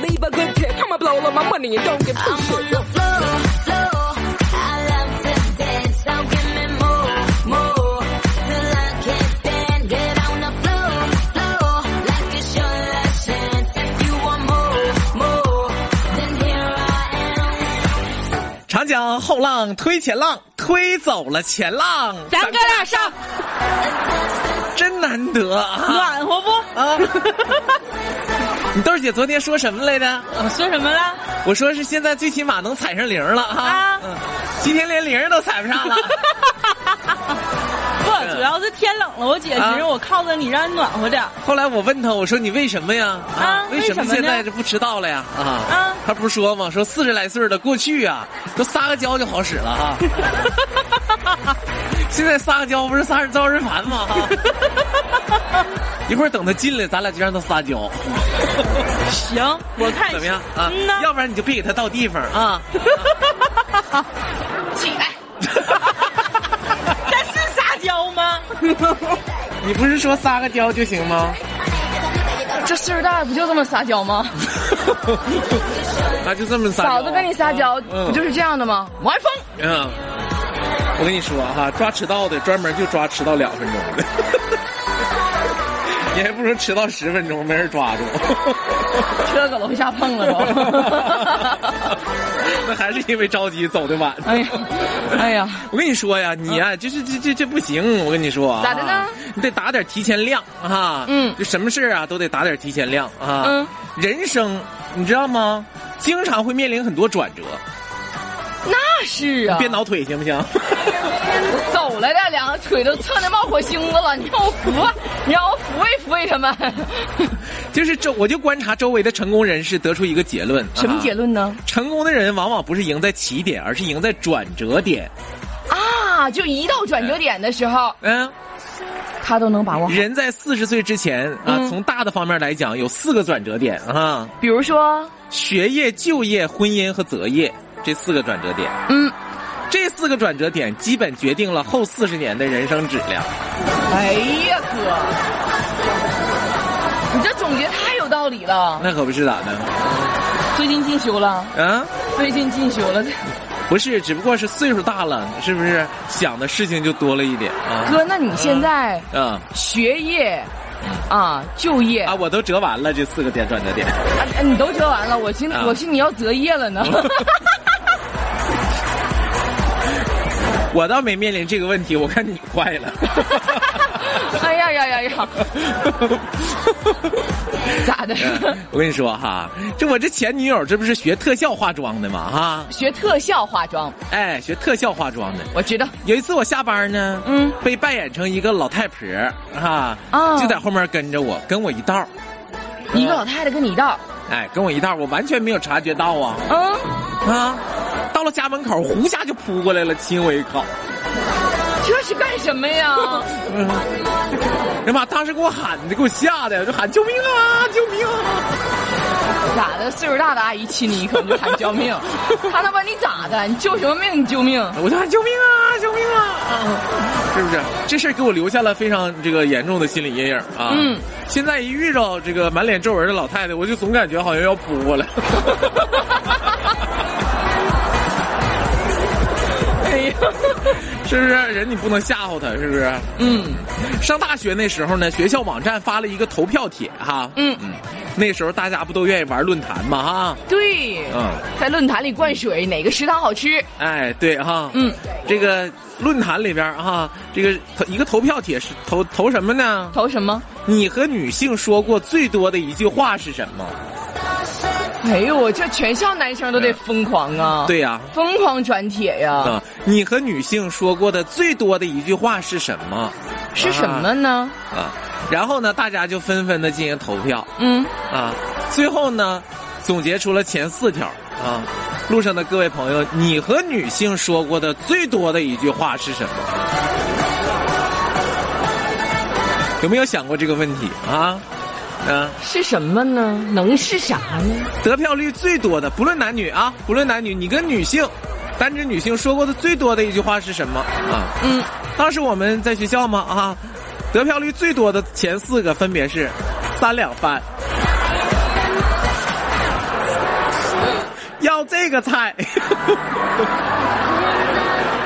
leave a good tip. I'ma blow all of my money and don't give two I'm on shits. the floor, floor. I love to dance, so give me more, more. Till I can't stand, get on the floor, floor. Like it's your last chance. If you want more, more, then here I am. 长江后浪推前浪，推走了前浪，咱哥俩上，真难得啊！暖和不？啊，你豆儿姐昨天说什么来着？我说什么了？我说是现在最起码能踩上零了哈、啊嗯今天连零都踩不上了。不，主要是天冷了，我姐啊寻思我靠着你让你暖和点儿。后来我问他，我说你为什么呀？啊为什么为什么呢现在这不迟到了呀？啊，啊他不是说吗？说四十来岁的过去啊，都撒个娇就好使了 哈、现在撒个娇不是撒招人烦吗？哈、一会儿等他进来，咱俩就让他撒娇，行，我看怎么样啊？嗯呐，要不然你就别给他到地方 啊。咱是撒娇吗？你不是说撒个娇就行吗？啊这岁数大了不就这么撒娇吗？那就这么撒娇。啊嫂子跟你撒娇啊嗯不就是这样的吗？我爱疯，嗯，我跟你说哈、抓迟到的专门就抓迟到两分钟 的，你还不如迟到十分钟没人抓住。 车搁楼下碰了都。那还是因为着急走的晚。哎呀，哎呀，嗯我跟你说呀，你呀、这这这这这不行！我跟你说啊，咋的呢？你得打点提前量啊！嗯就什么事儿啊，都得打点提前量啊！嗯，人生你知道吗？经常会面临很多转折，那是啊，别挠腿行不行？我走来的，两个腿都蹭得冒火星子了，你让我扶啊，你让我抚慰抚慰他们。就是周，我就观察周围的成功人士，得出一个结论。什么结啊？论呢？成功的人往往不是赢在起点，而是赢在转折点。啊，就一到转折点的时候，嗯，他都能把握好。人在四十岁之前啊，嗯从大的方面来讲，有四个转折点啊：比如说，学业、就业、婚姻和择业这四个转折点。嗯，这四个转折点基本决定了后四十年的人生质量。哎呀哥，你这总结太有道理了。那可不是咋的最近进修了，啊？最近进修了，不是，只不过是岁数大了，是不是想的事情就多了一点啊？哥，那你现在啊学业啊、就业啊！啊，我都折完了这四个点转折点。你都折完了，我寻啊我寻你要择业了 呢。我倒没面临这个问题，我看你快了。哎呀呀呀呀，咋的？哎我跟你说哈，这我这前女友这不是学特效化妆的吗？哈， 学特效化妆，哎，学特效化妆的。我知道。有一次我下班呢，嗯，被扮演成一个老太婆儿哈，啊就在后面跟着我，跟我一道儿嗯一个老太太跟你一道，哎，跟我一道儿，我完全没有察觉到啊嗯，啊！到了家门口，呼下就扑过来了，亲我一口。这是干什么 呀？哎呀妈！当时给我喊的，给我吓的，我就喊救命啊！救命啊！咋的？岁数大的阿姨亲你一口你就喊救命，她他妈你咋的？你救什么命？你救命！我就喊救命啊！救命啊！啊是不是？这事儿给我留下了非常这个严重的心理阴影啊！嗯，现在一遇到这个满脸皱纹的老太太，我就总感觉好像要扑 过来。哎呀，是不是人你不能吓唬他？是不是？嗯，上大学那时候呢，学校网站发了一个投票帖哈。嗯嗯，那时候大家不都愿意玩论坛嘛哈？对，嗯。在论坛里灌水，哪个食堂好吃？哎，对哈，嗯，这个论坛里边儿哈，这个投一个投票帖是投投什么呢？投什么？你和女性说过最多的一句话是什么？哎呦，我这全校男生都得疯狂啊！，嗯对呀、疯狂转帖呀、啊，你和女性说过的最多的一句话是什么？是什么呢？啊？然后呢，大家就纷纷的进行投票嗯，啊，最后呢，总结出了前四条啊。路上的各位朋友，你和女性说过的最多的一句话是什么？有没有想过这个问题啊？啊，是什么呢？能是啥呢？得票率最多的，不论男女啊，不论男女，你跟女性，单指女性说过的最多的一句话是什么啊？嗯，当时我们在学校嘛啊，得票率最多的前四个分别是三两饭、 要这个菜。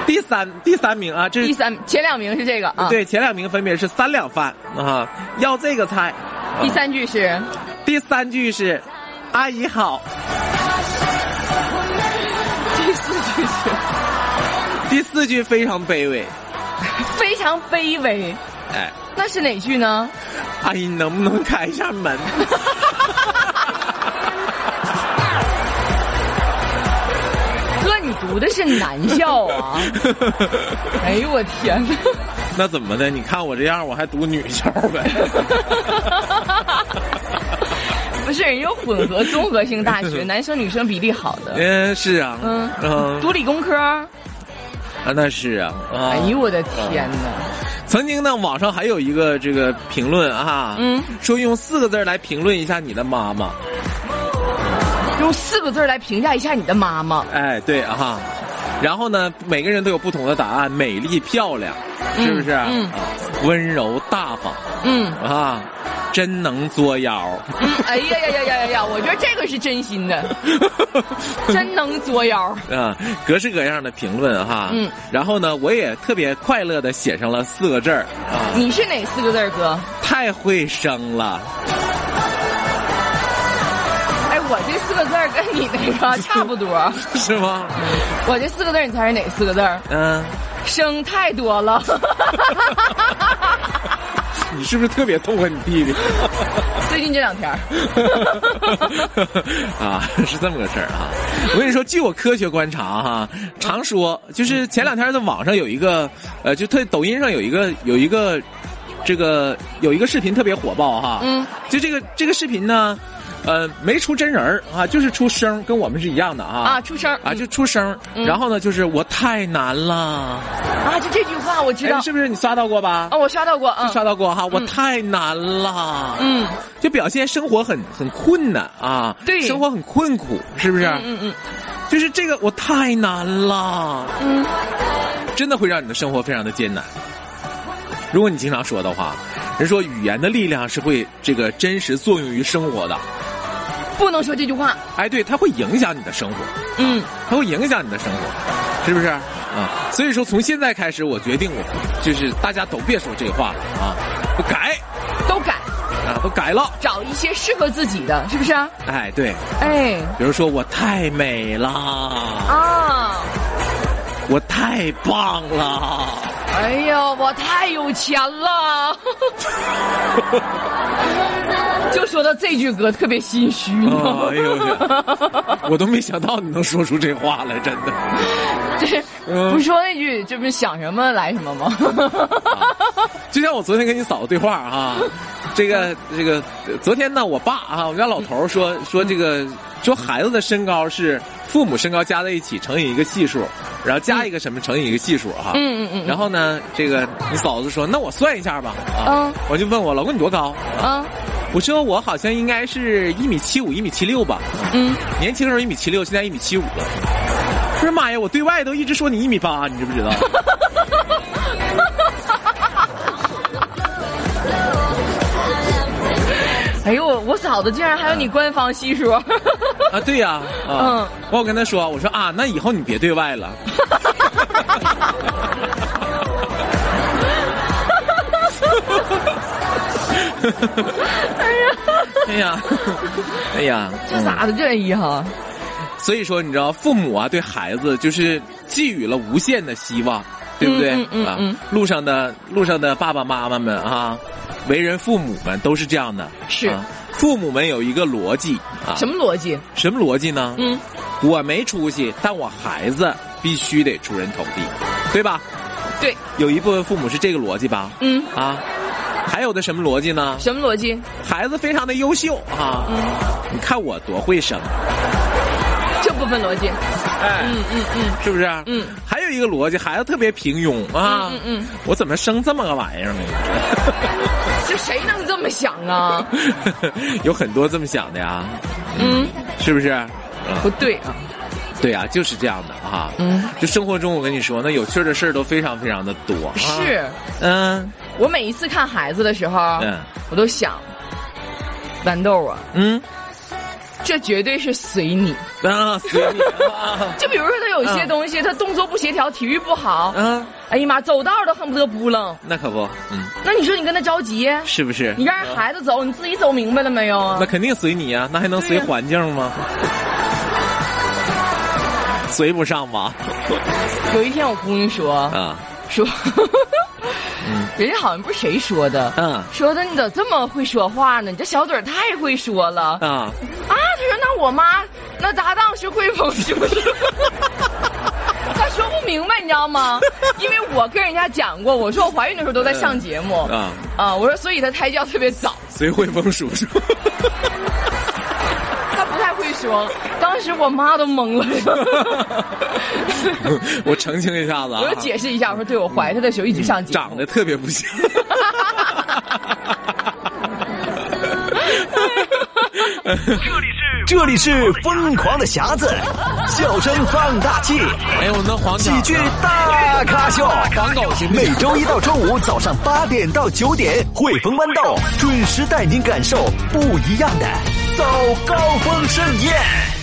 第三第三名啊，这是第三前两名是这个啊，，对前两名分别是三两饭啊，要这个菜。啊第三句是第三句是阿姨好，第四句是第四句非常卑微。非常卑微，哎，那是哪句呢？阿姨能不能开一下门？哥，你读的是男校 啊？哎呦我天 呐！那怎么的？你看我这样，我还读女校 呗？不是，人家有混合综合性大学，男生女生比例好的。嗯，是啊，嗯嗯读理工科，啊，那是啊，啊哎呦我的天呐！曾经呢，网上还有一个这个评论啊，嗯，说用四个字儿来评论一下你的妈妈，用四个字儿来评价一下你的妈妈，哎，对啊，然后呢，每个人都有不同的答案，美丽、漂亮，是不是？嗯嗯啊温柔、大方嗯，啊，真能作妖， 嗯哎呀呀呀呀呀呀！我觉得这个是真心的，真能作妖。啊，各式各样的评论啊哈，嗯，然后呢，我也特别快乐的写上了四个字儿啊，你是哪四个字儿，哥？太会生了，哎，我这四个字儿跟你那 个差不多。是 吗？我这四个字儿，你猜是哪四个字儿？嗯、生太多 了。你是不是特别痛恨你弟弟？最近这两天儿， 啊，是这么个事儿啊！我跟你说，据我科学观察哈、常说就是前两天在网上有一个，呃，就特抖音上有一个有一个这个有一个视频特别火爆哈、嗯，就这个这个视频呢，呃，没出真人儿啊，就是出声儿，跟我们是一样的啊啊，嗯出声儿啊就出声儿，然后呢，就是我太难了，啊，就这句话我知道哎是不是你刷到过吧？啊，我刷到过，嗯，刷到过哈，我嗯太难了，嗯，就表现生活很很困难啊，对生活很困苦，是不是？啊嗯嗯就是这个我太难了，嗯，真的会让你的生活非常的艰难。如果你经常说的话，人说语言的力量是会这个真实作用于生活的，嗯，不能说这句话，哎，对，它会影响你的生活，嗯，它会影响你的生活，是不是？啊，所以说从现在开始，我决定我就是大家都别说这话了啊，都改都改，啊，都改了，找一些适合自己的，是不是？啊哎，对，哎，比如说我太美了，啊，我太棒了， 哎呀，我太有钱了， 就说到这句歌特别心虚，哦哎呦我我都没想到你能说出这话来，真的。就是嗯不是说那句，这不是想什么来什么吗？ 啊就像我昨天跟你嫂子对话啊，这个这个，呃昨天呢，我爸啊，我们家老头儿说说这个说孩子的身高是父母身高加在一起乘以一个系数，然后加一个什么乘以一个系数哈、嗯嗯嗯嗯然后呢，这个你嫂子说，那我算一下吧。啊嗯。我就问我老公你多高？啊，我说我好像应该是一米七五、一米七六吧。嗯，年轻时候一米七六，现在一米七五了。我说妈呀，我对外都一直说你一米八，你知 不知道？哎呦，我我嫂子竟然还有你官方系数，啊，对呀、啊，嗯我有跟他说，我说啊，那以后你别对外 了。 哎呀，哎呀， 这咋的这一哈？所以说，你知道，父母啊对孩子就是寄予了无限的希望，对不对？嗯嗯嗯啊嗯路上的路上的爸爸妈妈们啊，为人父母们都是这样的。是啊父母们有一个逻辑啊，什么逻辑？什么逻辑呢？嗯，我没出息，但我孩子必须得出人头地，对吧？对，有一部分父母是这个逻辑吧？嗯，啊，还有的什么逻辑呢？什么逻辑？孩子非常的优秀啊，嗯你看我多会生，这部分逻辑，哎，嗯嗯嗯，是不是？嗯，还有一个逻辑，孩子特别平庸啊，嗯嗯嗯我怎么生这么个玩意儿呢？这谁能这么想啊？ 有很多这么想的呀，嗯，是不是？啊、不对啊，对啊，就是这样的哈、嗯，就生活中我跟你说，那有趣的事儿都非常非常的多。啊、是嗯我每一次看孩子的时候，嗯我都想，豌豆啊，嗯，这这绝对是随你。啊，随你啊 就比如说他有一些嗯东西，他动作不协调，体育不好，啊，哎呀妈，走道儿都恨不得扑棱。那可不，嗯，那你说你跟他着急，是不是你？让人孩子走，你自己走明白了没有啊那？肯定随你啊，那还能随环境吗？随不上吧？有一天我姑娘说啊，说， 人家好像不是谁说的，嗯说的你咋这么会说话呢？你这小嘴儿太会说了啊，啊！他说那我妈那搭档是会风叔叔。 他说不明白，你知道 吗？因为我跟人家讲过，我说我怀孕的时候都在上节目嗯啊我说所以他胎教特别早，随汇丰叔叔。他不太会说。当时我妈都懵了， 我澄清一下子啊，我就解释一下，我说对我怀他的时候一直上节目，长得特别不 像。这里是疯狂的匣子，笑声放大器，哎，我们的黄喜长剧大咖秀。黄狗行不每行？周一到周五早上八点到九点，汇丰豌豆准时带您感受不一样的早高峰盛宴。